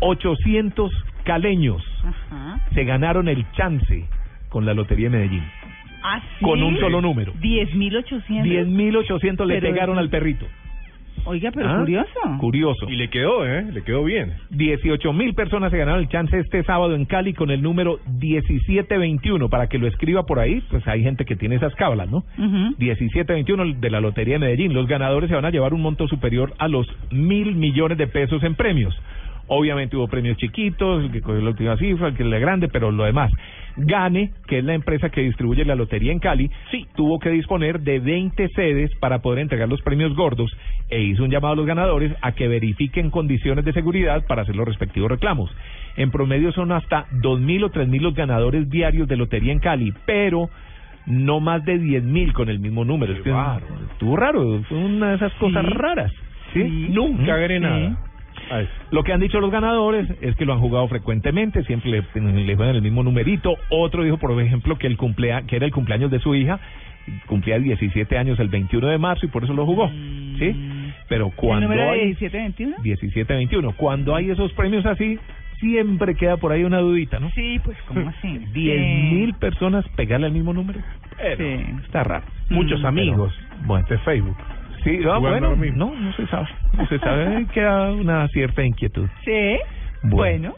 10.800 caleños Ajá. se ganaron el chance con la Lotería de Medellín. ¿Ah, sí? Con un solo número. 10.800. 10.800 le Pero pegaron es- al perrito. Oiga, pero ¿Ah? curioso. Curioso. Y le quedó, ¿eh? Le quedó bien. 18 mil personas se ganaron el chance este sábado en Cali con el número 1721. Para que lo escriba por ahí, pues hay gente que tiene esas cábalas, ¿no? Ujú. 1721 de la Lotería de Medellín. Los ganadores se van a llevar un monto superior a los mil millones de pesos en premios. Obviamente hubo premios chiquitos, el que cogió la última cifra, el que es la grande, pero lo demás. Gane, que es la empresa que distribuye la lotería en Cali, sí. tuvo que disponer de 20 sedes para poder entregar los premios gordos e hizo un llamado a los ganadores a que verifiquen condiciones de seguridad para hacer los respectivos reclamos. En promedio son hasta 2.000 o 3.000 los ganadores diarios de lotería en Cali, pero no más de 10.000 con el mismo número. Es que es- Estuvo raro, fue una de esas cosas Sí. raras. Sí. Nunca Mm. gané Sí. nada. Ay, Lo que han dicho los ganadores es que lo han jugado frecuentemente, siempre le, le juegan el mismo numerito. Otro dijo, por ejemplo, que, el cumplea, que era el cumpleaños de su hija, cumplía 17 años el 21 de marzo y por eso lo jugó. ¿sí? Pero Mm. ¿El cuando número era hay 1721? 17-21, cuando hay esos premios así, siempre queda por ahí una dudita, ¿no? Sí, pues, ¿cómo así? 10.000 personas pegarle al mismo número. Pero Sí. Mm, está raro. Muchos Pero, amigos bueno, de este Facebook. Sí, ah, Jugando bueno, ahora mismo. no, no se sabe. No se sabe, queda una cierta inquietud. Sí. Bueno. bueno.